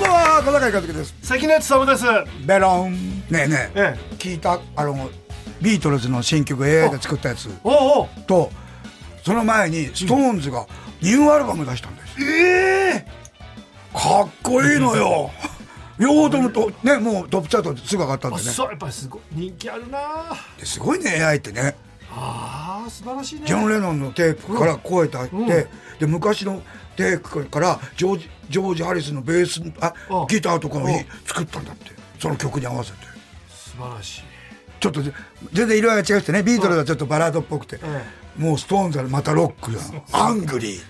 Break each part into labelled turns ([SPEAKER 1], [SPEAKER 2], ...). [SPEAKER 1] 井和樹です
[SPEAKER 2] 関根勤です。
[SPEAKER 1] ベロンねえねえ
[SPEAKER 2] え
[SPEAKER 1] 聞いたあのビートルズの新曲 AI が作ったやつ
[SPEAKER 2] おうおう。
[SPEAKER 1] とその前にストーンズがニューアルバム出したんです、
[SPEAKER 2] ええ
[SPEAKER 1] かっこいいのよ両方ともとねもうトップチャートですぐ上がったん
[SPEAKER 2] あ、
[SPEAKER 1] でね
[SPEAKER 2] そう、やっぱりすごい。人気あるなあ
[SPEAKER 1] ですごいね AI ってね
[SPEAKER 2] あー、素晴らしいね
[SPEAKER 1] ジ。ョン・レノンのテープから声出して、
[SPEAKER 2] うん
[SPEAKER 1] で昔のテープからジョージジョージ・ハリスのベースあ
[SPEAKER 2] あ
[SPEAKER 1] ギターとかを
[SPEAKER 2] あ
[SPEAKER 1] 作ったんだってその曲に合わせて
[SPEAKER 2] 素晴らしい。
[SPEAKER 1] ちょっとぜ全然色合いが違ってねビートルズはちょっとバラードっぽくて、
[SPEAKER 2] え
[SPEAKER 1] もうストーンズはまたロックやんアングリー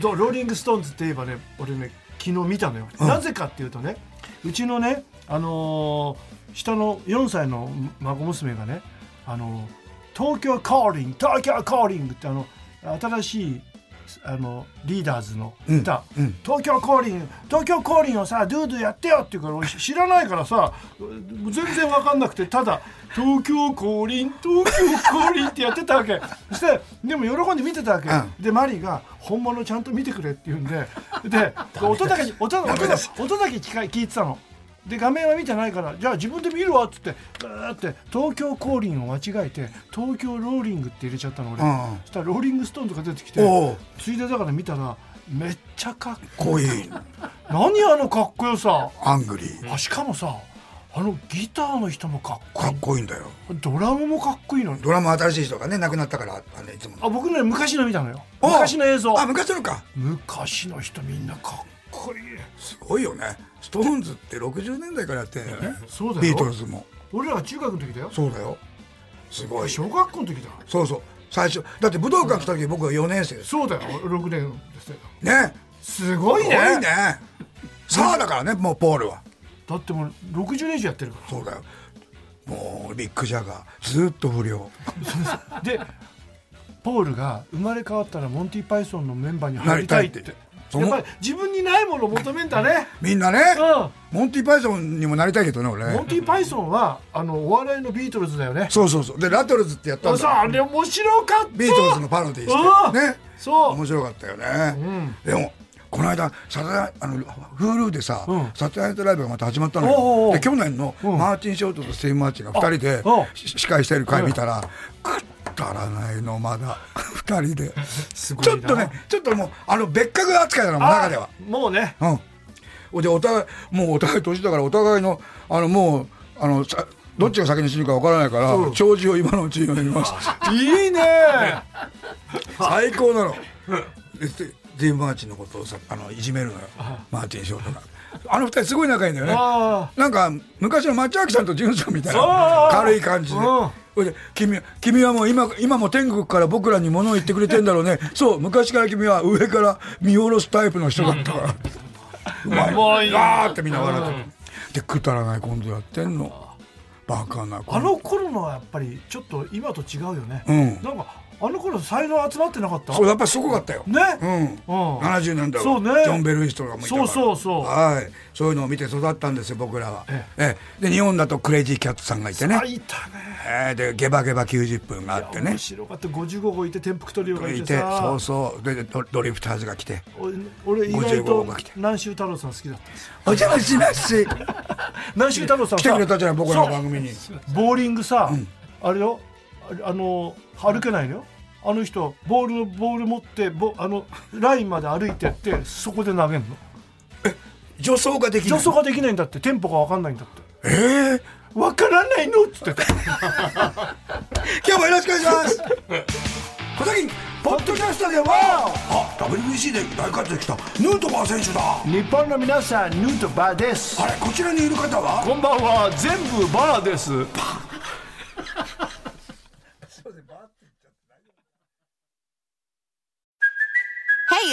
[SPEAKER 2] どローリング・ストーンズって言えばね俺ね昨日見たのよ、なぜかっていうとねうちのねあのー下の4歳の孫娘がね「あのー東京カーリング東京カーリング」ってあの新しいあのリーダーズの歌「東京カーリング東京カーリングをさドゥドゥやってよ」って言うから俺知らないからさ全然わかんなくてただ「東京降臨東京降臨」ってやってたわけそしてでも喜んで見てたわけ、
[SPEAKER 1] うん
[SPEAKER 2] でマリーが「本物ちゃんと見てくれ」って言う んでで音だけ音
[SPEAKER 1] ダ
[SPEAKER 2] だけ
[SPEAKER 1] メ
[SPEAKER 2] 音だ
[SPEAKER 1] です
[SPEAKER 2] け音だけ聞か聞いてたの。で画面は見てないからじゃあ自分で見るわっつってだって東京降臨を間違えて東京ローリングって入れちゃったの俺、
[SPEAKER 1] うん
[SPEAKER 2] そしたらローリングストーンとか出てきて
[SPEAKER 1] おお
[SPEAKER 2] ついでだから見たらめっちゃかっ
[SPEAKER 1] こいい
[SPEAKER 2] 何あのかっこよさ
[SPEAKER 1] アングリー
[SPEAKER 2] あしかもさあのギターの人もかっこ
[SPEAKER 1] かっこいいんだよ
[SPEAKER 2] いいドラムもかっこいいのに
[SPEAKER 1] ドラマ新しい人がね亡くなったからあのいつもの
[SPEAKER 2] あ僕ね昔の見たのよ
[SPEAKER 1] おう
[SPEAKER 2] 昔の映像
[SPEAKER 1] あ昔のか
[SPEAKER 2] 昔の人みんなかっこいい
[SPEAKER 1] すごいよねストーンズって60年代からやってんだよね
[SPEAKER 2] そうだよ
[SPEAKER 1] ビートルズも
[SPEAKER 2] 俺らが中学の時だよ
[SPEAKER 1] そうだよすごいよ
[SPEAKER 2] 小学校の時だ
[SPEAKER 1] そうそう最初だって武道館来た時僕は4年生です
[SPEAKER 2] そうだよ6年ですよ
[SPEAKER 1] ね
[SPEAKER 2] すご
[SPEAKER 1] す
[SPEAKER 2] い
[SPEAKER 1] ご
[SPEAKER 2] ね
[SPEAKER 1] いねさあだからねもうポールは
[SPEAKER 2] だってもう60年以上やってるか
[SPEAKER 1] そうだよもうビッグジャガーずーっと不 良
[SPEAKER 2] らでポールが生まれ変わったらモンティ・パイソンのメンバーに入りたいって
[SPEAKER 1] なりたいってそ
[SPEAKER 2] や
[SPEAKER 1] の
[SPEAKER 2] っぱり自分にないものを求めんだね
[SPEAKER 1] みんなね
[SPEAKER 2] う
[SPEAKER 1] モンティ・パイソンにもなりたいけどね俺
[SPEAKER 2] モンティ・パイソンはあのお笑いのビートルズだよね
[SPEAKER 1] そうそうそうでラトルズってやったん
[SPEAKER 2] さあ
[SPEAKER 1] だ
[SPEAKER 2] あれ面白かった
[SPEAKER 1] ビートルズのパロディ
[SPEAKER 2] う
[SPEAKER 1] し
[SPEAKER 2] ん
[SPEAKER 1] てね
[SPEAKER 2] そう
[SPEAKER 1] 面白かったよね、でもこの間サテラあの Hulu でさ、
[SPEAKER 2] うん
[SPEAKER 1] サテライトライブがまた始まったの
[SPEAKER 2] おうおうお
[SPEAKER 1] よ
[SPEAKER 2] う
[SPEAKER 1] で去年の
[SPEAKER 2] うん
[SPEAKER 1] マーティン・ショートとスティーブ・マーチンが2人で
[SPEAKER 2] あおう
[SPEAKER 1] し司会してる回見たら、くったらないのまだ2人で
[SPEAKER 2] すごい
[SPEAKER 1] ち
[SPEAKER 2] な
[SPEAKER 1] ょっとねちょっともうあの別格扱いなの中では
[SPEAKER 2] あも うね
[SPEAKER 1] うんでお互いもうお互い年だからお互いのあのもうあのさどっちが先に死ぬかわからないから、
[SPEAKER 2] うん
[SPEAKER 1] 弔辞を今のうちに読みます
[SPEAKER 2] いいね
[SPEAKER 1] 最高なの。でスティスティーブ・マーチンのことをさあのいじめるのよマーティン・ショートが。あの二人すごい仲いいんだよね。
[SPEAKER 2] あ
[SPEAKER 1] なんか昔のマチャーキさんとジュンさんみたい
[SPEAKER 2] そ
[SPEAKER 1] な
[SPEAKER 2] う
[SPEAKER 1] 軽い感じで
[SPEAKER 2] うん。
[SPEAKER 1] それで君君はもう今今も天国から僕らに物を言ってくれてんだろう ねそう昔から君は上から見下ろすタイプの人だ ったからうまいう
[SPEAKER 2] まいな
[SPEAKER 1] わーってみんな笑って、でくだらないコントやってんのバカなコ
[SPEAKER 2] あ
[SPEAKER 1] ント
[SPEAKER 2] の頃のはやっぱりちょっと今と違うよね、
[SPEAKER 1] うん
[SPEAKER 2] なんかあの頃才能集まってなかった
[SPEAKER 1] そうやっぱりすごかったよ
[SPEAKER 2] ね
[SPEAKER 1] うん
[SPEAKER 2] うん
[SPEAKER 1] 70年代は
[SPEAKER 2] そうね
[SPEAKER 1] ジョン・ベルイストがもいたから
[SPEAKER 2] そうそうそう
[SPEAKER 1] はいそういうのを見て育ったんですよ僕らは
[SPEAKER 2] え
[SPEAKER 1] ええで日本だとクレイジーキャッツさんがいてね
[SPEAKER 2] あいたね
[SPEAKER 1] えーでゲバゲバ90分があってね
[SPEAKER 2] 面白かった55号いて天福トリオがい
[SPEAKER 1] い
[SPEAKER 2] て
[SPEAKER 1] てそ
[SPEAKER 2] さ
[SPEAKER 1] うそうでドドリフターズが来 て
[SPEAKER 2] お俺意外
[SPEAKER 1] 55号
[SPEAKER 2] と
[SPEAKER 1] が来て
[SPEAKER 2] 南州太郎さん好きだったんですよ
[SPEAKER 1] 「お邪魔し ます」
[SPEAKER 2] 南州太郎さん
[SPEAKER 1] 来
[SPEAKER 2] さ
[SPEAKER 1] てくれたじゃない僕らの番組に
[SPEAKER 2] ボーリングさ、あれよああの歩けないのよあの人ボールのボール持ってボあのラインまで歩いてってそこで投げんの
[SPEAKER 1] 女装ができ
[SPEAKER 2] 助
[SPEAKER 1] ない
[SPEAKER 2] 走ができないんだってテンポが分かんないんだって
[SPEAKER 1] えー
[SPEAKER 2] 分からないのっつってた
[SPEAKER 1] 今日もよろしくお願いします 小崎ポッドキャストではあ WBC で大活躍したヌートバー選手だ
[SPEAKER 2] 日本の皆さんヌートバーです
[SPEAKER 1] あれこちらにいる方は
[SPEAKER 2] こんばんは全部バーです
[SPEAKER 3] Hey,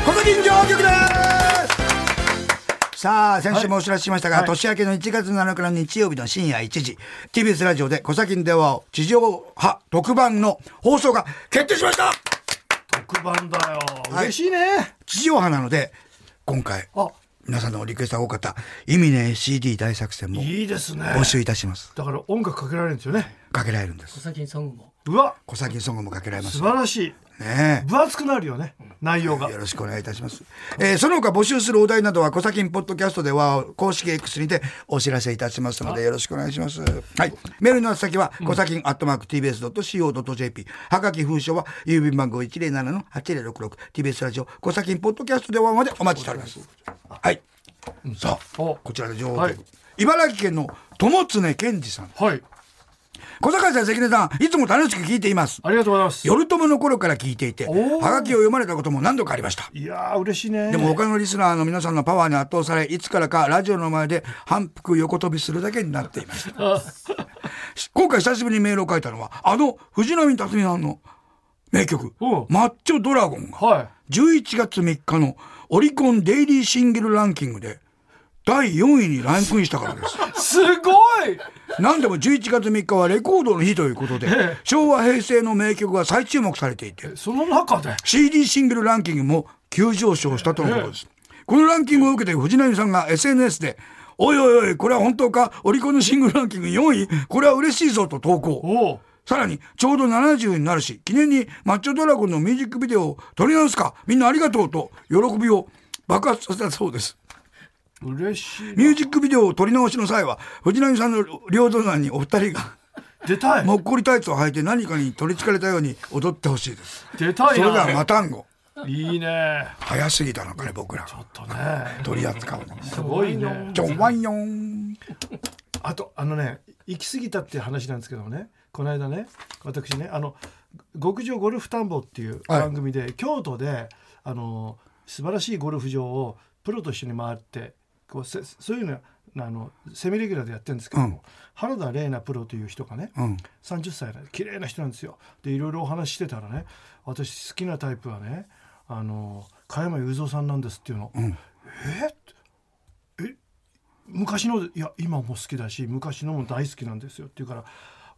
[SPEAKER 1] 小崎上局ですさあ、先週もお知らせしましたが、
[SPEAKER 2] はい
[SPEAKER 1] 年明けの1月7日の日曜日の深夜1時、TBS ラジオで小崎に電話を地上波特番の放送が決定しました
[SPEAKER 2] 特番だよ。
[SPEAKER 1] はい
[SPEAKER 2] 嬉しいね。
[SPEAKER 1] 地上波なので、今回、
[SPEAKER 2] あ、
[SPEAKER 1] 皆さんのリクエストが多かった、意味ね CD 大作戦も
[SPEAKER 2] いいですね。
[SPEAKER 1] 募集いたします。
[SPEAKER 2] だから音楽かけられるんですよね。
[SPEAKER 1] かけられるんです。
[SPEAKER 4] 小崎ソングも
[SPEAKER 2] うわ、
[SPEAKER 1] 小崎ソングもかけられます
[SPEAKER 2] 素。晴らしい。
[SPEAKER 1] ねえ。
[SPEAKER 2] 分厚くなるよね。内容が。
[SPEAKER 1] よろしくお願いいたします。えーその他募集するお題などは、コサキンポッドキャストでは、公式 X にてお知らせいたしますので、よろしくお願いします。はい。メールの宛先は、コサキンアットマーク tbs.co.jp。はがき封書は、郵便番号 107-8066TBS ラジオ、コサキンポッドキャストではまでお待ちしております。はい。さあ、
[SPEAKER 2] お
[SPEAKER 1] こちらで情報、
[SPEAKER 2] はい
[SPEAKER 1] 茨城県の友常健二さん。
[SPEAKER 2] はい。
[SPEAKER 1] 小坂井さん、関根さん、いつも楽しく聞いています。
[SPEAKER 2] ありがとうございます。
[SPEAKER 1] 夜友の頃から聞いていて、
[SPEAKER 2] お
[SPEAKER 1] は
[SPEAKER 2] ー
[SPEAKER 1] がきを読まれたことも何度かありました。
[SPEAKER 2] いやー、嬉しいね。
[SPEAKER 1] でも他のリスナーの皆さんのパワーに圧倒され、いつからかラジオの前で反復横跳びするだけになっていました。 今回久しぶりにメールを書いたのは、あの藤波辰巳さんの名曲
[SPEAKER 2] うん、
[SPEAKER 1] マッチョドラゴンが、
[SPEAKER 2] は
[SPEAKER 1] 11月3日のオリコンデイリーシングルランキングで、第4位にランクインしたから です。
[SPEAKER 2] い。すごい。
[SPEAKER 1] 何でも11月3日はレコードの日ということで、昭和平成の名曲が再注目されていて、
[SPEAKER 2] その中で。
[SPEAKER 1] CD シングルランキングも急上昇したとのことです。このランキングを受けて藤波さんが SNS で、おいおいおい、これは本当かオリコンのシングルランキング4位これは嬉しいぞと投稿。
[SPEAKER 2] おお。
[SPEAKER 1] さらに、ちょうど70になるし、記念にマッチョドラゴンのミュージックビデオを撮り直すかみんなありがとうと、喜びを爆発させたそうです。
[SPEAKER 2] 嬉しい
[SPEAKER 1] ミ
[SPEAKER 2] な。
[SPEAKER 1] ュージックビデオを撮り直しの際は、藤波さんの両隣にお二人が、
[SPEAKER 2] 出たい。
[SPEAKER 1] もっこりタイツを履いて何かに取り憑かれたように踊ってほしいです。
[SPEAKER 2] 出た
[SPEAKER 1] そ
[SPEAKER 2] い
[SPEAKER 1] れでは
[SPEAKER 2] な
[SPEAKER 1] ま。たんご。
[SPEAKER 2] いいね。
[SPEAKER 1] 早すぎたのかね、僕ら。
[SPEAKER 2] とね。
[SPEAKER 1] 取り扱うのね。
[SPEAKER 2] すごいね。
[SPEAKER 1] ジョンワンヨン。
[SPEAKER 2] あとあのね行き過ぎたっていう話なんですけどもねこの間ね私ねあの極上ゴルフ探訪っていう
[SPEAKER 1] はい
[SPEAKER 2] 番組で、京都であの素晴らしいゴルフ場をプロと一緒に回ってこうせそういうのあのセミレギュラーでやってるんですけども、
[SPEAKER 1] うん
[SPEAKER 2] 原田玲奈プロという人がね、
[SPEAKER 1] うん。
[SPEAKER 2] 30歳だ綺麗な人なんですよでいろいろお話ししてたらね私好きなタイプはねあの加山雄三さんなんですっていうの、
[SPEAKER 1] ん
[SPEAKER 2] えっえ昔のいや今も好きだし昔のも大好きなんですよって言うから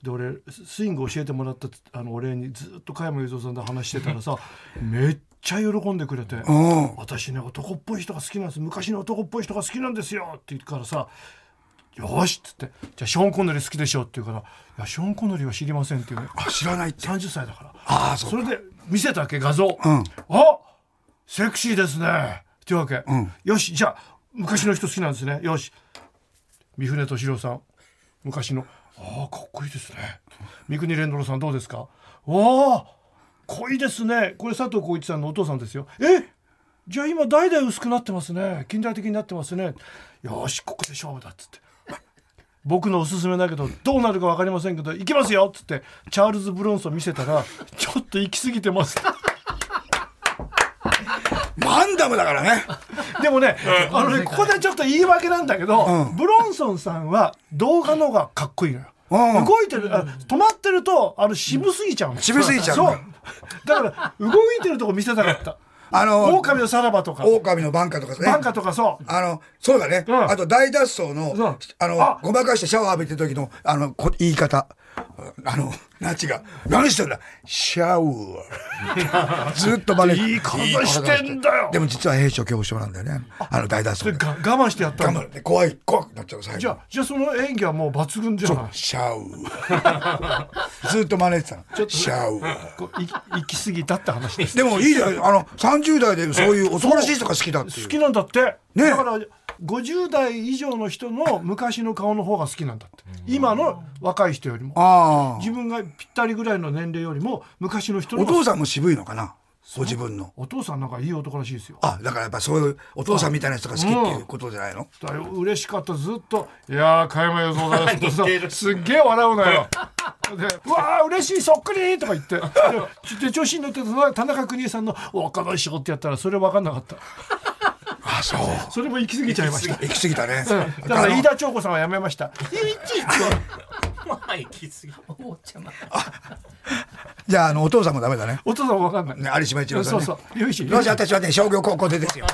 [SPEAKER 2] で俺スイング教えてもらったあのお礼にずっと加山雄三さんと話してた らさめっちゃ喜んでくれて。
[SPEAKER 1] うん。
[SPEAKER 2] 私ね男っぽい人が好きなんです昔の男っぽい人が好きなんですよって言うからさ「よし」っつって「じゃあショーン・コノリー好きでしょ」って言うから「いやショーン・コノリーは知りません」っていうね
[SPEAKER 1] あ、知らないって。
[SPEAKER 2] 30歳だから
[SPEAKER 1] ああ、そう
[SPEAKER 2] そ。れで見せたわけ画像、
[SPEAKER 1] ん
[SPEAKER 2] あセクシーですねっていうわけ、
[SPEAKER 1] ん
[SPEAKER 2] よしじゃあ昔の人好きなんですねよし三船敏郎さん昔のああかっこいいですね三國連郎さんどうですかわあ濃いですねこれ佐藤浩市さんのお父さんですよえじゃあ今代々薄くなってますね近代的になってますねよしここで勝負だっつって僕のおすすめだけどどうなるか分かりませんけど行きますよっつってチャールズ・ブロンソン見せたらちょっと行き過ぎてます
[SPEAKER 1] マンダムだからね。
[SPEAKER 2] でも ね、あのね、ここでちょっと言い訳なんだけど、
[SPEAKER 1] うん
[SPEAKER 2] ブロンソンさんは動画の方がかっこいいのよ。
[SPEAKER 1] うん
[SPEAKER 2] 動いてる、あ止まってると、あの、渋すぎちゃうの。
[SPEAKER 1] 渋すぎちゃう
[SPEAKER 2] そ
[SPEAKER 1] の
[SPEAKER 2] う。だから、動いてるとこ見せたかった。
[SPEAKER 1] あの、
[SPEAKER 2] 狼のさらばとか、
[SPEAKER 1] 狼のバンカーとかね。
[SPEAKER 2] バンカとかそう。
[SPEAKER 1] あの、そうだね。
[SPEAKER 2] うん
[SPEAKER 1] あと、大脱走
[SPEAKER 2] そ
[SPEAKER 1] の
[SPEAKER 2] う、
[SPEAKER 1] あの
[SPEAKER 2] あ、
[SPEAKER 1] ごまかしてシャワー浴びてる時の、あの、こ言い方。あの、ナチが、何してんだシャワー。ずっと真似
[SPEAKER 2] いいことしてんだよ
[SPEAKER 1] でも実は兵所恐怖症なんだよね。あの、大脱
[SPEAKER 2] それ
[SPEAKER 1] 走で。
[SPEAKER 2] が我慢してやった
[SPEAKER 1] 頑
[SPEAKER 2] んだ
[SPEAKER 1] 張って、怖い、怖くなっちゃう、最後。
[SPEAKER 2] じゃあ、じゃあその演技はもう抜群じゃない。
[SPEAKER 1] シャウ。ずっと真似てたの。シャウ。
[SPEAKER 2] こうい行き過ぎたって話です。
[SPEAKER 1] でもいいじゃん。あの、30代でそういうお素晴らしい人が好きだってい
[SPEAKER 2] 好
[SPEAKER 1] う。
[SPEAKER 2] きなんだって。
[SPEAKER 1] ね
[SPEAKER 2] だから、50代以上の人の昔の顔の方が好きなんだって。今の若い人よりも。
[SPEAKER 1] ああ。
[SPEAKER 2] 自分がぴったりぐらいの年齢よりも昔の人の
[SPEAKER 1] お父さんも渋いのかなご自分の。
[SPEAKER 2] お父さんなんかいい男らしいですよ
[SPEAKER 1] あ、だからやっぱそういうお父さんみたいな人が好きっていうことじゃないの
[SPEAKER 2] だから嬉しかったずっと「いやー加山雄三だよ」
[SPEAKER 4] 似てる
[SPEAKER 2] すっげえ笑うのよで「うわー嬉しいそっくり!」とか言ってでで調子に乗ってた田中邦衛さんの「若いしょ」ってやったらそれ分かんなかった
[SPEAKER 1] あ、そう。
[SPEAKER 2] それも行き過ぎちゃいました
[SPEAKER 1] 行き過ぎたね。
[SPEAKER 2] うんだから飯田長子さんはやめました
[SPEAKER 4] まあ行き過ぎお茶ま
[SPEAKER 1] じゃあ、あの、お父さんもダメだね。
[SPEAKER 2] お父さんも分かんない
[SPEAKER 1] ね有島一郎さんね
[SPEAKER 2] そうそうよいしょ
[SPEAKER 1] よし、私はね、商業高校でですよ。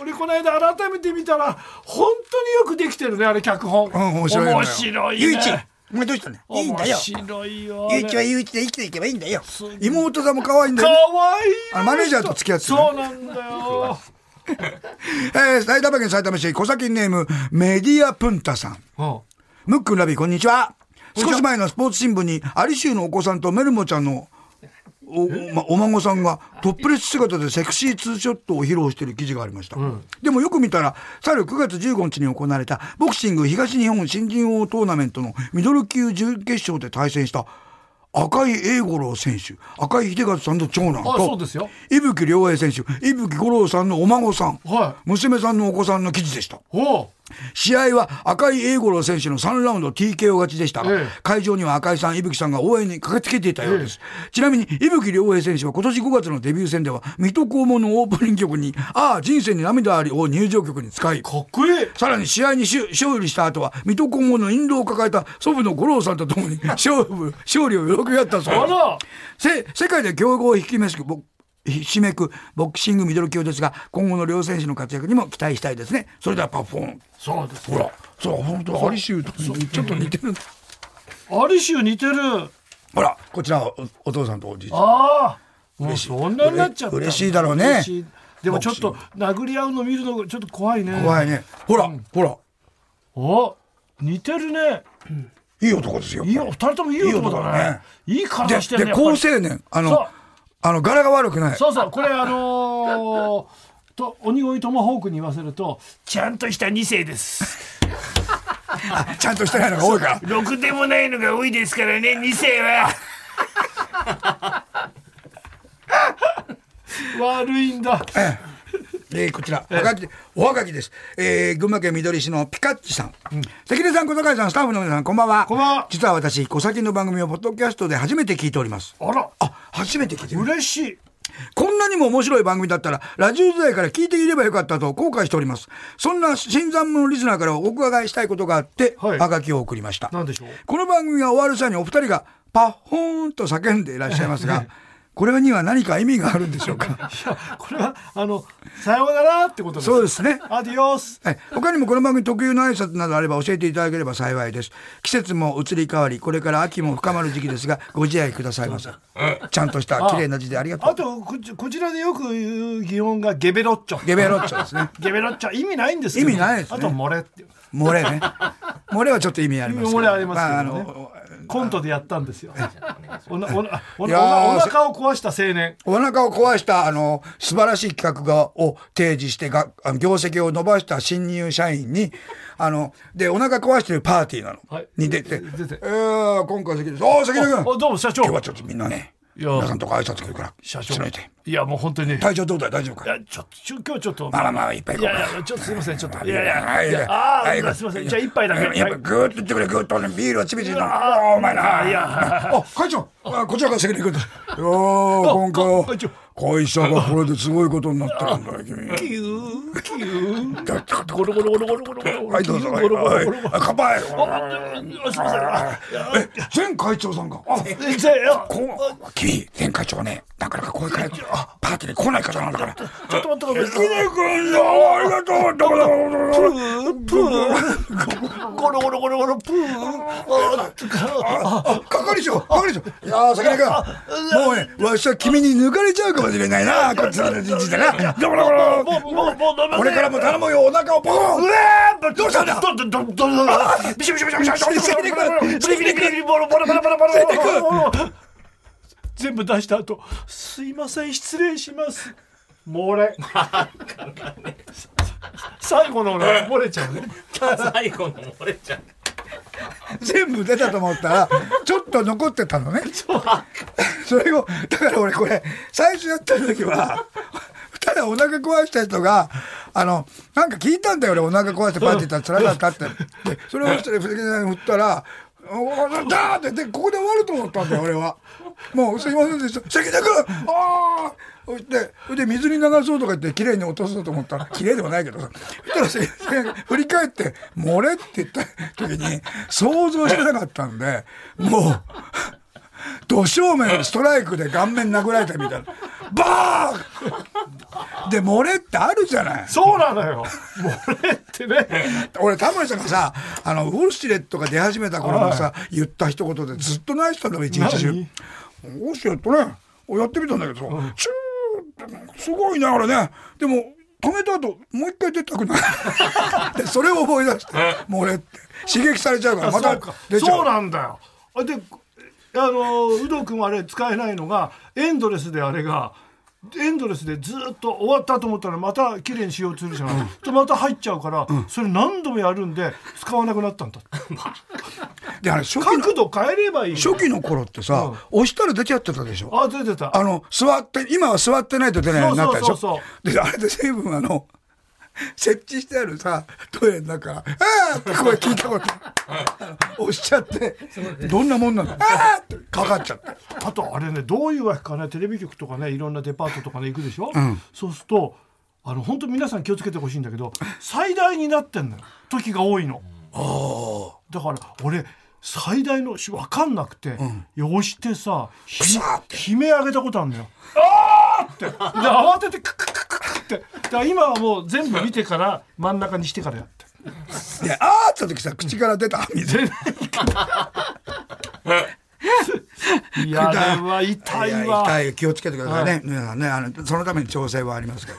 [SPEAKER 2] 俺ここの間改めて見たら本当によくできてるねあれ脚本、
[SPEAKER 1] うん、面白いのよ。
[SPEAKER 2] 面白いね
[SPEAKER 1] ゆういち、お前どうしたのいいんだよ
[SPEAKER 2] 面。白いよあれ
[SPEAKER 1] ゆういちはゆういちで生きていけばいいんだよ
[SPEAKER 2] すごい。
[SPEAKER 1] 妹さんも可愛いんだ
[SPEAKER 2] か
[SPEAKER 1] よね。
[SPEAKER 2] わいい
[SPEAKER 1] あマネージャーと付き合ってる
[SPEAKER 2] そうなんだよ
[SPEAKER 1] えー、埼玉県埼玉市、小崎ネーム、メディアプンタさん。ムックンラビー、こんにちは。少し前のスポーツ新聞に、アリシューのお子さんとメルモちゃんのお,、ま、お孫さんがトップレス姿でセクシーツーショットを披露している記事がありました、でもよく見たら去る9月15日に行われたボクシング東日本新人王トーナメントのミドル級準決勝で対戦した赤井英五郎選手赤井秀和さんの長男
[SPEAKER 2] あそう
[SPEAKER 1] と
[SPEAKER 2] ですよ
[SPEAKER 1] 伊吹良平選手伊吹五郎さんのお孫さん、
[SPEAKER 2] は
[SPEAKER 1] 娘さんのお子さんの記事でした
[SPEAKER 2] おう
[SPEAKER 1] 試合は赤井英五郎選手の3ラウンド TKO 勝ちでしたが、
[SPEAKER 2] ええ
[SPEAKER 1] 会場には赤井さん、伊吹さんが応援に駆けつけていたようです。ちなみに、伊吹良平選手は今年5月のデビュー戦では、水戸黄門のオープニング曲に、ああ、人生に涙ありを入場曲に使い、
[SPEAKER 2] かっこいい
[SPEAKER 1] さらに試合に勝勝利した後は、水戸黄門の印籠を抱えた祖父の五郎さんと 共に勝負、勝利を喜び合ったそう
[SPEAKER 2] あ
[SPEAKER 1] です。
[SPEAKER 2] ら
[SPEAKER 1] せ世界で強豪を引きめしくぼひしめくボクシングミドル級ですが今後の両選手の活躍にも期待したいですねそれではパフォーン
[SPEAKER 2] そうです
[SPEAKER 1] ほら、そう、本当、ハリシューとちょっと似てる。
[SPEAKER 2] アリシュ似てる
[SPEAKER 1] ほら、こちらはお、お父さんとおじいちゃん。
[SPEAKER 2] ああもう
[SPEAKER 1] 嬉しい
[SPEAKER 2] そんなになっちゃった
[SPEAKER 1] 嬉しいだろうね
[SPEAKER 2] 嬉しいでもちょっと
[SPEAKER 1] ボク
[SPEAKER 2] 殴り合うの見るのがちょっと怖いね
[SPEAKER 1] 怖いね。ほら、ほら、
[SPEAKER 2] お似てるね
[SPEAKER 1] いい男ですよ。
[SPEAKER 2] いいよ二人ともいい男だねいい体し
[SPEAKER 1] で、
[SPEAKER 2] てるね
[SPEAKER 1] で、
[SPEAKER 2] やっぱ
[SPEAKER 1] 高
[SPEAKER 2] り
[SPEAKER 1] 青年、あ
[SPEAKER 2] そう
[SPEAKER 1] の、あの、柄が悪くない。
[SPEAKER 2] そうそうこれあのー、と鬼越トマホークに言わせるとちゃんとした2 世です
[SPEAKER 1] ちゃんとしてないのが多いから。
[SPEAKER 2] ろくでもないのが多いですからね2世は 悪いんだ
[SPEAKER 1] えーこちら、はがき、おはがきです。えー群馬県みどり市のピカッチさん。関根さん、小坂井さん、スタッフの皆さん、こんばんは。
[SPEAKER 2] こんばんは
[SPEAKER 1] 実は私、小崎の番組をポッドキャストで初めて聞いております。
[SPEAKER 2] あら
[SPEAKER 1] あ、初めて聞いてる。
[SPEAKER 2] 嬉しい
[SPEAKER 1] こんなにも面白い番組だったら、ラジオ時代から聞いていればよかったと後悔しております。そんな新参者のリスナーからお伺いしたいことがあって、
[SPEAKER 2] はい
[SPEAKER 1] はがきを送りました。
[SPEAKER 2] なんでしょう
[SPEAKER 1] この番組が終わる際にお二人が、パッホーンと叫んでいらっしゃいますが、 これには何か意味があるんでしょう か
[SPEAKER 2] いやこれはあのさようならってことです
[SPEAKER 1] そうですね。
[SPEAKER 2] アディオス
[SPEAKER 1] はい、他にもこの番組特有の挨拶などあれば教えていただければ幸いです季節も移り変わりこれから秋も深まる時期ですがご自愛くださいませちゃんとした綺麗な字でありがと
[SPEAKER 2] あ
[SPEAKER 1] う
[SPEAKER 2] とこちこちらでよく言う擬音がゲベロッチョ
[SPEAKER 1] ゲベロッチョですね
[SPEAKER 2] ゲベロッチョ意味ないんですけど
[SPEAKER 1] 意味ないですね
[SPEAKER 2] あと漏れっていう
[SPEAKER 1] 漏れね。漏れはちょっと意味ありますけど。
[SPEAKER 2] 漏れありますけどね
[SPEAKER 1] まあ
[SPEAKER 2] コントでやったんですよ おなおなお
[SPEAKER 1] いや
[SPEAKER 2] な
[SPEAKER 1] ー
[SPEAKER 2] お腹を壊した青年
[SPEAKER 1] あのお腹を壊したあの素晴らしい企画がを提示してがあの業績を伸ばした新入社員にあのでお腹壊してるパーティーなの、
[SPEAKER 2] はい
[SPEAKER 1] に出て
[SPEAKER 2] 出て
[SPEAKER 1] えー今回関根ですおー関根君
[SPEAKER 2] あどうも社長
[SPEAKER 1] 今日はちょっとみんなね
[SPEAKER 2] いや
[SPEAKER 1] 皆さんとこ挨拶来るから
[SPEAKER 2] 社長
[SPEAKER 1] 詰めて
[SPEAKER 2] いやもう本当にいや
[SPEAKER 1] 体調どうだい大丈夫か
[SPEAKER 2] ちょっとちょ今日ちょっと
[SPEAKER 1] まあまあいっぱい
[SPEAKER 2] い
[SPEAKER 1] 行こう
[SPEAKER 2] や
[SPEAKER 1] か
[SPEAKER 2] いやちょっとすいませんちょっとい
[SPEAKER 1] い
[SPEAKER 2] やいや
[SPEAKER 1] はいい
[SPEAKER 2] やあーすいませんじゃあ一杯だけ
[SPEAKER 1] やっぱグーッと言ってくれグーッとねビールをちびちび飲むおーお前な
[SPEAKER 2] あいや
[SPEAKER 1] あ会長あこちらから責任君ですよー今回は
[SPEAKER 2] 会長
[SPEAKER 1] 会社がこれですごいことになってるんだよ君
[SPEAKER 2] キューキュー
[SPEAKER 1] だってこと
[SPEAKER 2] ゴロゴロゴロゴロゴロゴロ
[SPEAKER 1] はいどうぞはい
[SPEAKER 2] ゴロゴロゴロゴロ
[SPEAKER 1] はい乾杯
[SPEAKER 2] あすいませんあ
[SPEAKER 1] え前会長さんがあ
[SPEAKER 2] えじゃあいや
[SPEAKER 1] こう君前会長ねなかなかこういう会あパーティーに来ない方なんだから
[SPEAKER 2] ちょっと待ってくださ
[SPEAKER 1] 関
[SPEAKER 2] い
[SPEAKER 1] 根君よありがとうどうもどうもどうもどうも
[SPEAKER 2] プーゴロゴロゴロゴロプーあーつか
[SPEAKER 1] あ、係長、係長。いやー、関根君。もうね、わしは君に抜かれちゃうかもしれないな、こっちの人事でな。どうもどうも
[SPEAKER 2] もうもうもうダメだ
[SPEAKER 1] これからも頼むよ、お腹をポコン。うわーどうしたんだ
[SPEAKER 2] どどどどどビシビシビシビシビシビシビシビシビシボロボロボロボロボロ全部出した後すいません失礼します 漏れ最後のね漏れちゃうね
[SPEAKER 4] 最後の漏れちゃう。
[SPEAKER 1] 全部出たと思ったら、ちょっと残ってたのね。それを、だから俺これ、最初やった時は、ただお腹壊した人が、あの、なんか聞いたんだよ俺、お腹壊してパーティー行ったら辛かったって。で、それを一人、藤木さんに振ったら、おだーってでここで終わると思ったんだよ俺はもうすいませんでした関根君ああそしてそれで水に流そうとか言って綺麗に落とそうと思ったら綺麗でもないけどさそしたら関根君振り返って「漏れ」って言った時に想像してなかったんでもう。土正面ストライクで顔面殴られたみたいなバーンで漏れってあるじゃない
[SPEAKER 2] そうなのよ漏れってね
[SPEAKER 1] 俺タモリさんがさあのウォルシュレットが出始めた頃のさ、言った一言でずっと泣いてたんだよ一日中ウ
[SPEAKER 2] 何
[SPEAKER 1] ォルシュレットねやってみたんだけどさ、チューってすごいねあれねでも止めた後もう一回出たく ないでそれを思い出して漏れって刺激されちゃうからま
[SPEAKER 2] そ
[SPEAKER 1] た
[SPEAKER 2] うか
[SPEAKER 1] 出ちゃ
[SPEAKER 2] そう
[SPEAKER 1] う
[SPEAKER 2] なんだよあであの有働君はあれ使えないのがエンドレスであれがエンドレスでずっと終わったと思ったらまた綺麗にしようとするじゃない、とまた入っちゃうから、それ何度もやるんで使わなくなったんだって
[SPEAKER 1] であれ初期の
[SPEAKER 2] 角度変えればいい
[SPEAKER 1] 初期の頃ってさ、押したら出ちゃってたでしょ
[SPEAKER 2] あ出てた
[SPEAKER 1] あの、座って、今は座ってないと出ないようになったでしょ。
[SPEAKER 2] そうそう
[SPEAKER 1] で、あれで随分あの、設置してあるさ、トイレの中、ああって声聞いたことあの押しちゃって、どんなもんなのああってかかっちゃった。
[SPEAKER 2] あとあれねどういうわけかねテレビ局とかねいろんなデパートとかね行くでしょ、そうするとあの本当皆さん気をつけてほしいんだけど最大になってんのよ時が多いの。だから俺最大のし分かんなくて、押してさひ
[SPEAKER 1] さーって
[SPEAKER 2] 悲鳴上げたことあるのよ。あーってで慌ててクククククってだから今はもう全部見てから真ん中にしてからやって。
[SPEAKER 1] いや、ああって言った時さ、口から出た水。
[SPEAKER 2] いやあれは痛
[SPEAKER 1] や
[SPEAKER 2] いわ。
[SPEAKER 1] 痛い気をつけてくださいね、皆さんねあのそのために調整はありますか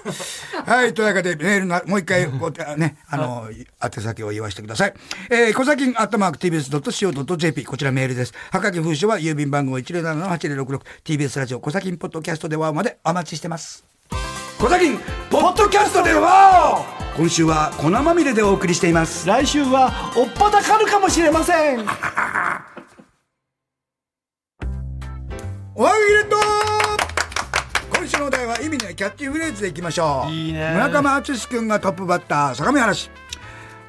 [SPEAKER 1] ら はいというわけでメールのもう一回こうねあの、宛先を言わせてくださいえー、小崎アットマーク TBS.CO.JP こちらメールですはかき封書は郵便番号 107-8066TBS ラジオ小崎ポッドキャストではまでお待ちしてます小崎ポッドキャストでは今週は粉まみれでお送りしています
[SPEAKER 2] 来週はおっぱたかるかもしれません。
[SPEAKER 1] おはぎレット今週のお題は意味のないキャッチフレーズでいきましょう
[SPEAKER 2] いいね
[SPEAKER 1] 村上敦君がトップバッター相模原市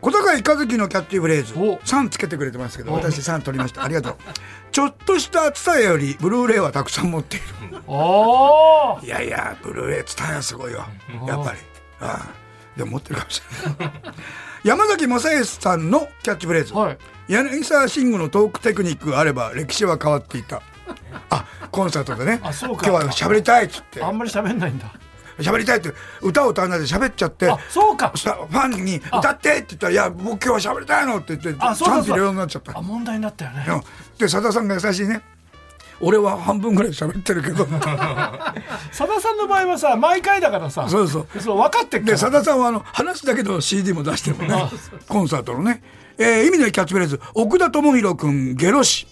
[SPEAKER 1] 小高井和樹のキャッチフレーズ
[SPEAKER 2] お
[SPEAKER 1] 「さん」つけてくれてますけど私「さん」取りましたありがとうちょっとしたツタヤよりブルーレイはたくさん持っている
[SPEAKER 2] おお。
[SPEAKER 1] いやいやブルーレイツタヤすごいよやっぱりああでも持ってるかもしれない山崎正義さんのキャッチフレーズ、
[SPEAKER 2] はい。
[SPEAKER 1] 柳沢慎吾のトークテクニックがあれば歴史は変わってい たあコンサートでね
[SPEAKER 2] あそう
[SPEAKER 1] 今
[SPEAKER 2] か
[SPEAKER 1] 日は喋りたいっつって
[SPEAKER 2] あんまり喋んないんだ。
[SPEAKER 1] 喋りたいって歌を歌わないで喋っちゃって
[SPEAKER 2] あ、そうか。
[SPEAKER 1] さファンに「歌って」って言ったら「いや僕今日は喋りたいの」って言って
[SPEAKER 2] あ、そう
[SPEAKER 1] 賛
[SPEAKER 2] だ
[SPEAKER 1] 否
[SPEAKER 2] そう
[SPEAKER 1] 両
[SPEAKER 2] だ
[SPEAKER 1] 論になっちゃった
[SPEAKER 2] あ、問題になったよね。
[SPEAKER 1] うんでさださんが優しいね俺は半分ぐらい喋ってるけ ど
[SPEAKER 2] さださんの場合はさ、毎回だからさ。
[SPEAKER 1] そうそう
[SPEAKER 2] そう、分かってっから
[SPEAKER 1] でさださんはあの話だけど CD も出してるもんねコンサートのね、えー意味のないキャッチフレーズ奥田智弘君ゲロ氏、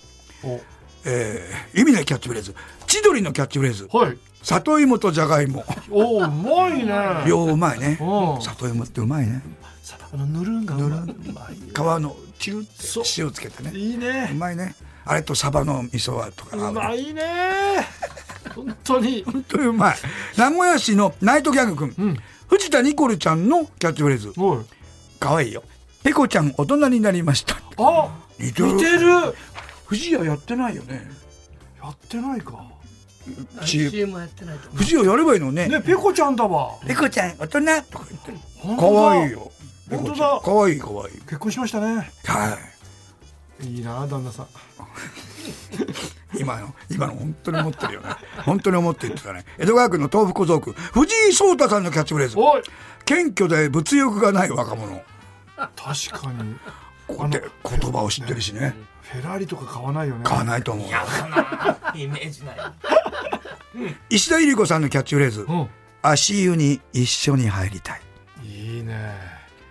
[SPEAKER 1] えー意味のないキャッチフレーズ千鳥のキャッチフレーズ
[SPEAKER 2] はい。
[SPEAKER 1] 里芋とじゃがいも
[SPEAKER 2] おお、うまいね。
[SPEAKER 1] 両うまいね
[SPEAKER 2] うん
[SPEAKER 1] 里芋ってうまいね
[SPEAKER 2] さあのぬるんがうまいうまい。
[SPEAKER 1] 皮のチュー
[SPEAKER 2] そう
[SPEAKER 1] って塩つけてね
[SPEAKER 2] いいうね。
[SPEAKER 1] まいねあれとサバの味噌はとか
[SPEAKER 2] う
[SPEAKER 1] 合うね
[SPEAKER 2] まいね。本当に。
[SPEAKER 1] 本当にうまい名古屋市のナイトギャグくん、藤田ニコルちゃんのキャッチフレーズ
[SPEAKER 2] おい。
[SPEAKER 1] かわいいよペコちゃん大人になりました
[SPEAKER 2] あ、
[SPEAKER 1] 似て
[SPEAKER 2] 似てる。や
[SPEAKER 1] 藤谷やってないよね
[SPEAKER 2] ってないか。
[SPEAKER 1] CM
[SPEAKER 4] CM やってないと思
[SPEAKER 1] 藤谷やればいいのね
[SPEAKER 2] ね、ペコちゃんだわ。
[SPEAKER 1] ペコちゃん大人とか言って
[SPEAKER 2] 本当だ
[SPEAKER 1] かわいい。よペコ
[SPEAKER 2] 本当だ
[SPEAKER 1] ちゃんかわいいかわいい
[SPEAKER 2] 結婚しましたね。
[SPEAKER 1] はい
[SPEAKER 2] いいな、旦那さん。
[SPEAKER 1] 今の今の本当に思ってるよね本当に思って言ってたね江戸川区の豆腐小僧区藤井聡太さんのキャッチフレーズ
[SPEAKER 2] おい。
[SPEAKER 1] 謙虚で物欲がない若者
[SPEAKER 2] 確かに。
[SPEAKER 1] こうやって言葉を知ってるしね
[SPEAKER 2] フェラーリとか買わないよね。
[SPEAKER 1] 買わないと思う
[SPEAKER 4] う。イメージない。
[SPEAKER 1] 石田ゆり子さんのキャッチフレーズ
[SPEAKER 2] うん。
[SPEAKER 1] 足湯に一緒に入りたい
[SPEAKER 2] いいね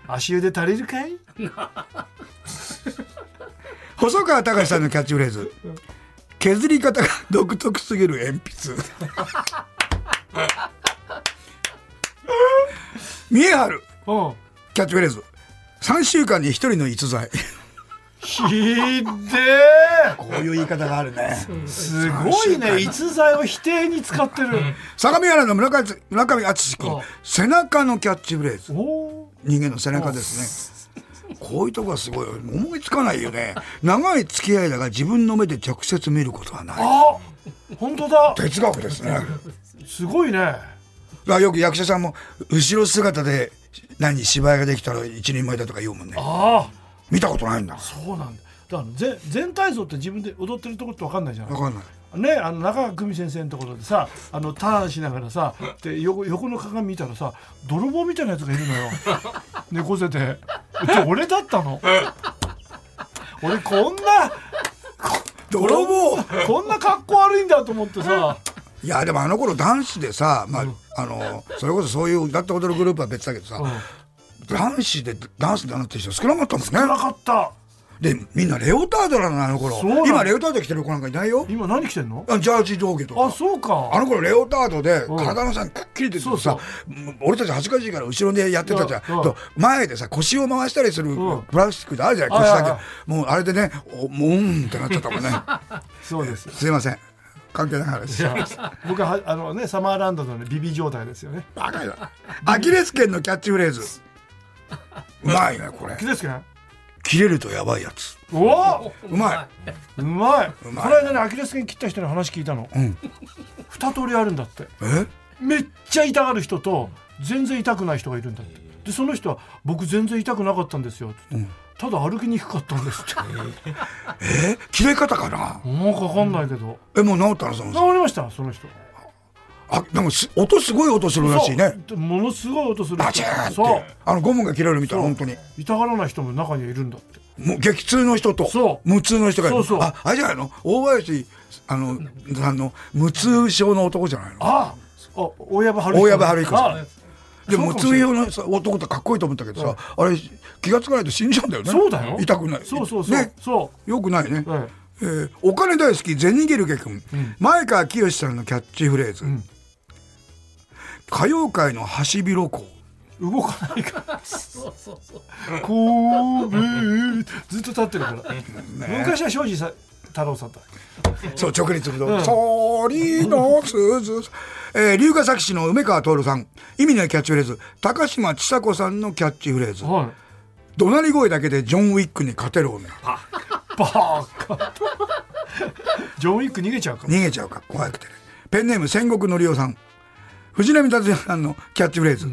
[SPEAKER 2] 足湯で足りるかい
[SPEAKER 1] 細川隆さんのキャッチフレーズ削り方が独特すぎる鉛筆三重春
[SPEAKER 2] うん
[SPEAKER 1] キャッチフレーズ3週間に1人の逸材
[SPEAKER 2] ひでえ
[SPEAKER 1] こういう言い方があるね
[SPEAKER 2] すごいね逸材を否定に使ってる
[SPEAKER 1] 相模原の村上村上敦君
[SPEAKER 2] あ
[SPEAKER 1] 背中のキャッチフレーズ
[SPEAKER 2] おお
[SPEAKER 1] 人間の背中ですねこういうとこはすごい思いつかないよね長い付き合いだが自分の目で直接見ることはない
[SPEAKER 2] あ本当だ
[SPEAKER 1] 哲学ですねだか
[SPEAKER 2] すごいね
[SPEAKER 1] らよく役者さんも後ろ姿で何芝居ができたら一人前だとか言うもんね
[SPEAKER 2] ああ
[SPEAKER 1] 見たことないんだ
[SPEAKER 2] そうなんだだからぜ全体像って自分で踊ってるとこって分かんないじゃな
[SPEAKER 1] 分
[SPEAKER 2] い
[SPEAKER 1] かんない
[SPEAKER 2] ねあの中川久美先生のところでさあのターンしながらさで横横の鏡見たらさ泥棒みたいなやつがいるのよ猫背でで俺だったの俺こんな
[SPEAKER 1] 泥棒
[SPEAKER 2] こんな格好悪いんだと思ってさ
[SPEAKER 1] いやでもあの頃ダンスでさ、まああのそれこそそういう歌って踊るグループは別だけどさ、男子でダンスでなってる人少なかったもんね
[SPEAKER 2] なかった
[SPEAKER 1] でみんなレオタードなのあの頃
[SPEAKER 2] そうなの
[SPEAKER 1] 今レオタード着てる子なんかいないよ
[SPEAKER 2] 今何着てんの
[SPEAKER 1] あジャージ上下とか
[SPEAKER 2] あそう
[SPEAKER 1] あ
[SPEAKER 2] か
[SPEAKER 1] の頃レオタードで
[SPEAKER 2] ん
[SPEAKER 1] 体のさくっきり出て
[SPEAKER 2] そう
[SPEAKER 1] て
[SPEAKER 2] そ
[SPEAKER 1] さ
[SPEAKER 2] う
[SPEAKER 1] もう俺たち恥ずかしいから後ろでやってたじゃん
[SPEAKER 2] うんうん
[SPEAKER 1] と前でさ腰を回したりする
[SPEAKER 2] うん
[SPEAKER 1] プラスチックであるじゃない
[SPEAKER 2] あ
[SPEAKER 1] 腰
[SPEAKER 2] あ
[SPEAKER 1] だ
[SPEAKER 2] あ
[SPEAKER 1] けもうあれでねおもうんってなっちゃったもんね
[SPEAKER 2] そうです
[SPEAKER 1] すいません関係ない話です
[SPEAKER 2] 僕はあのねサマーランドのねビビ状態ですよね
[SPEAKER 1] バカだアキレス腱のキャッチフレーズうまいねこれ
[SPEAKER 2] 気ですか
[SPEAKER 1] 切れるとやばいやつ
[SPEAKER 2] おお
[SPEAKER 1] うま
[SPEAKER 2] うまいう
[SPEAKER 1] まい
[SPEAKER 2] この間ねアキレス腱切った人に話聞いたの、
[SPEAKER 1] ん
[SPEAKER 2] 二通りあるんだって
[SPEAKER 1] いえ
[SPEAKER 2] めっちゃ痛がる人と全然痛くない人がいるんだってでその人は「僕全然痛くなかったんですよ」って言ってただ歩きにくかったんです」って
[SPEAKER 1] え切れ方かな
[SPEAKER 2] もうかかんないけど
[SPEAKER 1] えもう治ったのその
[SPEAKER 2] 治りましたその人
[SPEAKER 1] あでもす音すごい音するらしいね
[SPEAKER 2] そうものすごい音する人
[SPEAKER 1] バチーンって
[SPEAKER 2] そう
[SPEAKER 1] あのゴムが切れるみたいな
[SPEAKER 2] そう
[SPEAKER 1] 本当に
[SPEAKER 2] 痛がらない人も中にはいるんだって
[SPEAKER 1] もう激痛の人と
[SPEAKER 2] そう
[SPEAKER 1] 無痛の人がいる
[SPEAKER 2] そうそう
[SPEAKER 1] ああれじゃないの大林あのあの無痛症の男じゃないの
[SPEAKER 2] ああ大藪春
[SPEAKER 1] 大藪春彦さん
[SPEAKER 2] あ
[SPEAKER 1] で無
[SPEAKER 2] そうかもし
[SPEAKER 1] 痛
[SPEAKER 2] れない
[SPEAKER 1] 用のさ男ってかっこいいと思ったけどさあれ気がつかないと死んじゃうんだよね
[SPEAKER 2] そうだよ
[SPEAKER 1] 痛くない
[SPEAKER 2] そうそうそう、
[SPEAKER 1] ね
[SPEAKER 2] そ
[SPEAKER 1] よくないね
[SPEAKER 2] う、はい
[SPEAKER 1] えーお金大好きゼニゲルゲ君、前川清さんのキャッチフレーズ、歌謡界のハシビロコ
[SPEAKER 2] 動かないから
[SPEAKER 4] そうそうそう。
[SPEAKER 2] こうべーずっと立ってるから、昔は庄司さ太郎さんだ
[SPEAKER 1] そう直立不動そりの鈴、えー、龍ヶ崎市の梅川徹さん意味のないキャッチフレーズ高嶋ちさ子さんのキャッチフレーズ
[SPEAKER 2] はい
[SPEAKER 1] 怒鳴り声だけでジョン・ウィックに勝てる女
[SPEAKER 2] バカジョン・ウィック逃げちゃうか
[SPEAKER 1] 逃げちゃうか怖くてねペンネーム戦国のりおさん藤波達也さんのキャッチフレーズ、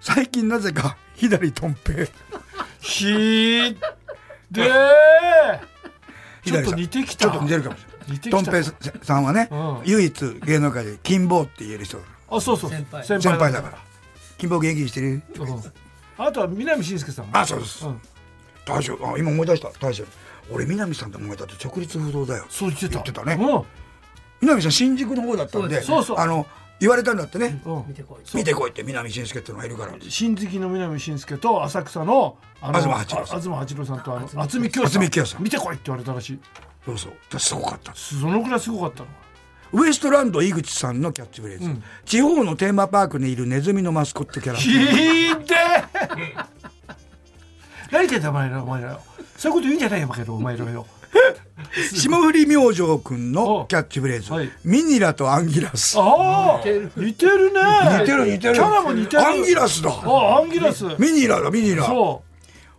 [SPEAKER 1] 最近なぜか左とん平
[SPEAKER 2] ひでーちょっと似てきた
[SPEAKER 1] ちょっと似てるかもしれ
[SPEAKER 2] 似
[SPEAKER 1] ない
[SPEAKER 2] てきた
[SPEAKER 1] とん平さんはね、
[SPEAKER 2] うん
[SPEAKER 1] 唯一芸能界で金棒って言える人だか
[SPEAKER 2] あそうそう
[SPEAKER 4] 先輩
[SPEAKER 1] ら先輩だから金棒元気にしてる
[SPEAKER 2] うんあとは南信介さんも
[SPEAKER 1] あそうです、
[SPEAKER 2] うん
[SPEAKER 1] 大将あ今思い出した大将俺南さんと思い出して直立不動だよ
[SPEAKER 2] そう言ってた
[SPEAKER 1] 言ってたね
[SPEAKER 2] うん
[SPEAKER 1] 南さん新宿の方だったんで
[SPEAKER 2] そうそう
[SPEAKER 1] あの言われたんだってね、
[SPEAKER 2] うん
[SPEAKER 4] 見てこい。
[SPEAKER 1] 見てこいって南信介ってのがいるから
[SPEAKER 2] 新月の南信介と浅草のあの
[SPEAKER 1] 東八郎さん
[SPEAKER 2] あ東八郎さんとあの渥美清さん
[SPEAKER 1] 渥美清さん
[SPEAKER 2] 見てこいって言われたらしい
[SPEAKER 1] そうそうすごかった
[SPEAKER 2] そのくらいすごかったの
[SPEAKER 1] ウエストランド井口さんのキャッチフレーズ、地方のテーマパークにいるネズミのマスコットキャラ
[SPEAKER 2] ひでえ 何言ってんだお前らお前らよそういうこと言うんじゃないよバカ野郎お前らよ
[SPEAKER 1] 霜降り明星くんのキャッチフレーズ、
[SPEAKER 2] はい
[SPEAKER 1] ミニラとアンギラス
[SPEAKER 2] ああ似てるね
[SPEAKER 1] 似てる似てる
[SPEAKER 2] キャラも似てる
[SPEAKER 1] アンギラスだ
[SPEAKER 2] あアンギラス
[SPEAKER 1] ミニラだミニラ
[SPEAKER 2] そ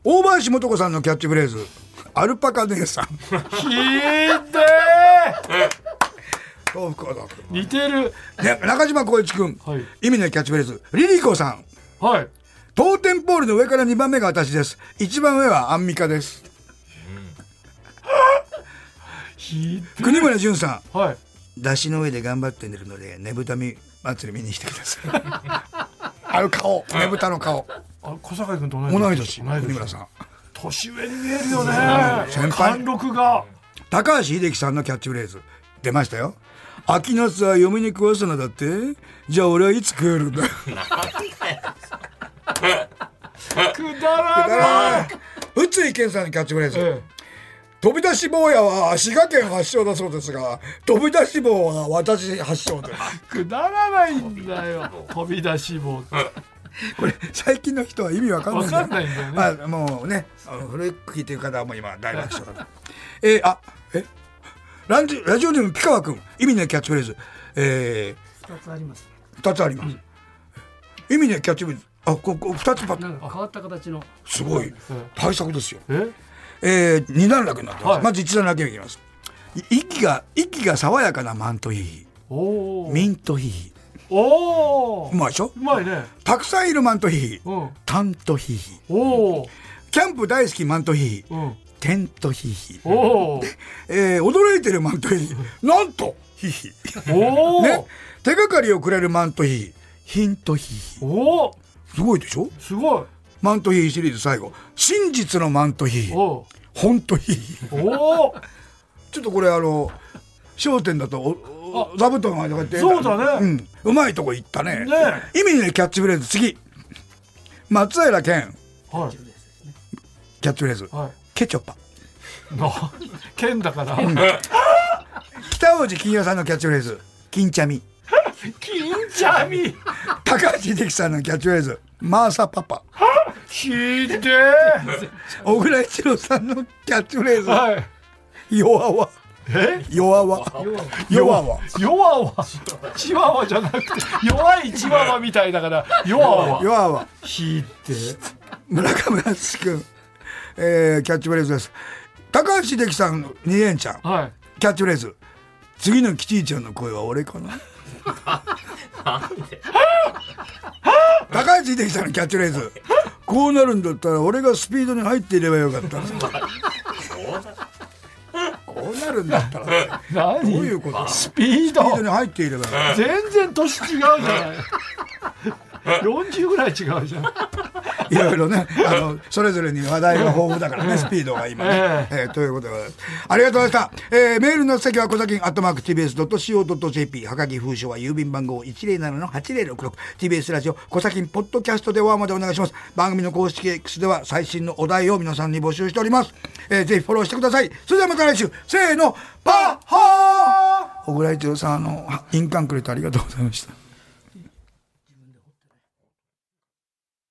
[SPEAKER 1] 大林素子さんのキャッチフレーズアルパカ姉さん
[SPEAKER 2] うひでえ
[SPEAKER 1] 豆腐小僧
[SPEAKER 2] 似てる
[SPEAKER 1] ね、中島光一君、
[SPEAKER 2] はい
[SPEAKER 1] 意味のないキャッチフレーズリリコさん
[SPEAKER 2] はい
[SPEAKER 1] 当店ポールの上から2番目が私です一番上はアンミカです
[SPEAKER 2] ひ
[SPEAKER 1] 国村淳さ
[SPEAKER 2] ではい
[SPEAKER 1] ん出汁の上で頑張って寝るのでねぶたみ祭り見に来てください あの顔ねぶたの顔
[SPEAKER 2] あ小坂井君と同い
[SPEAKER 1] 同い年
[SPEAKER 2] 同い
[SPEAKER 1] 国村さん
[SPEAKER 2] 年上に見えるよね
[SPEAKER 1] 先輩
[SPEAKER 2] 貫禄が
[SPEAKER 1] 高橋英樹さんのキャッチフレーズ出ましたよ秋夏は嫁に食わすなだってじゃあ俺はいつ食える んだ
[SPEAKER 2] くだらない
[SPEAKER 1] 宇津井健さんのキャッチフレーズ、
[SPEAKER 2] え
[SPEAKER 1] 飛び出し坊やは滋賀県発祥だそうですが飛び出し坊は私発祥です
[SPEAKER 2] えくだらないんだよ飛び出し棒
[SPEAKER 1] これ最近の人は意味わかんない
[SPEAKER 2] わかんないんだよね
[SPEAKER 1] まあもうねあの古く聞いてる方はもう今大爆笑だ えー、あえランジラジオネームピカワ君意味ないキャッチフレーズえ
[SPEAKER 4] 二つあります。
[SPEAKER 1] ー、2つあります、意味ないキャッチフレーズあここ2つパ
[SPEAKER 4] なんか変わった形の。
[SPEAKER 1] すごい対策ですよ
[SPEAKER 2] え
[SPEAKER 1] えー、2段落になってます、
[SPEAKER 2] はい
[SPEAKER 1] まず1段落目いきますい息が息が爽やかなマントヒヒ
[SPEAKER 2] おお
[SPEAKER 1] ミントヒヒ
[SPEAKER 2] おお
[SPEAKER 1] うまいでしょ
[SPEAKER 2] うまいね
[SPEAKER 1] たくさんいるマントヒヒ
[SPEAKER 2] うん
[SPEAKER 1] タントヒヒ
[SPEAKER 2] おお
[SPEAKER 1] キャンプ大好きマントヒヒ
[SPEAKER 2] うん
[SPEAKER 1] テントヒヒ
[SPEAKER 2] おお
[SPEAKER 1] えー、驚いてるマントヒヒなんとヒヒ。
[SPEAKER 2] おお、
[SPEAKER 1] ね。手がかりをくれるマントヒヒ。ヒントヒヒ。
[SPEAKER 2] おお
[SPEAKER 1] すごいでしょ
[SPEAKER 2] すごい
[SPEAKER 1] マントヒヒシリーズ最後。真実のマントヒヒ。
[SPEAKER 2] お
[SPEAKER 1] ほんとヒヒ。
[SPEAKER 2] ーおー
[SPEAKER 1] ちょっとこれあの、商店だとお、お座布団がこうやって。
[SPEAKER 2] そうだね
[SPEAKER 1] うん。うまいとこ行ったね。
[SPEAKER 2] ね
[SPEAKER 1] 意味ねキャッチフレーズ、次。松平健、
[SPEAKER 2] はい
[SPEAKER 1] キャッチフレーズ。
[SPEAKER 2] はい
[SPEAKER 1] ケチョッパ。
[SPEAKER 2] な剣だから
[SPEAKER 1] 北大路金代さんのキャッチフレーズ、金ちゃみ。
[SPEAKER 2] 金ちゃ み
[SPEAKER 1] 高橋秀樹さんのキャッチフレーズ、マーサパパ。
[SPEAKER 2] ひで
[SPEAKER 1] 小倉一郎さんのキャッチフレー
[SPEAKER 2] え
[SPEAKER 1] ズ、
[SPEAKER 2] はい
[SPEAKER 1] 弱々。
[SPEAKER 2] え
[SPEAKER 1] 弱々。弱々。
[SPEAKER 2] 弱はチワワじゃなくて弱いチワワみたいだから弱は
[SPEAKER 1] 弱々。
[SPEAKER 2] ひで
[SPEAKER 1] 村上敦君、えー、キャッチフレーズです。高橋秀樹さんの二円ちゃん、
[SPEAKER 2] はい
[SPEAKER 1] キャッチフレーズ、次のキティちゃんの声は俺かな。高橋秀樹さんのキャッチフレーズ、こうなるんだったら俺がスピードに入っていればよかった。こうなるんだったら、
[SPEAKER 2] 何
[SPEAKER 1] どういうこと
[SPEAKER 2] ス
[SPEAKER 1] ス
[SPEAKER 2] ピー
[SPEAKER 1] ピード
[SPEAKER 2] ド
[SPEAKER 1] に入っていればよかっ
[SPEAKER 2] 全然年違うじゃない40ぐらい違うじゃ ん
[SPEAKER 1] たいろいろね、あの、それぞれに話題が豊富だからね、スピードが今ね。
[SPEAKER 2] ええ
[SPEAKER 1] えーということでございます。ありがとうございました。えーメールの宛先は小崎アットマーク TBS.CO.JP。はがき封書は郵便番号107-8066。TBS ラジオ小崎ポッドキャストではまでお願いします。番組の公式 X では最新のお題を皆さんに募集しております。えーぜひフォローしてください。それではまた来週。せーの、パッホー小倉一郎さん、あの、印鑑くれてありがとうございました。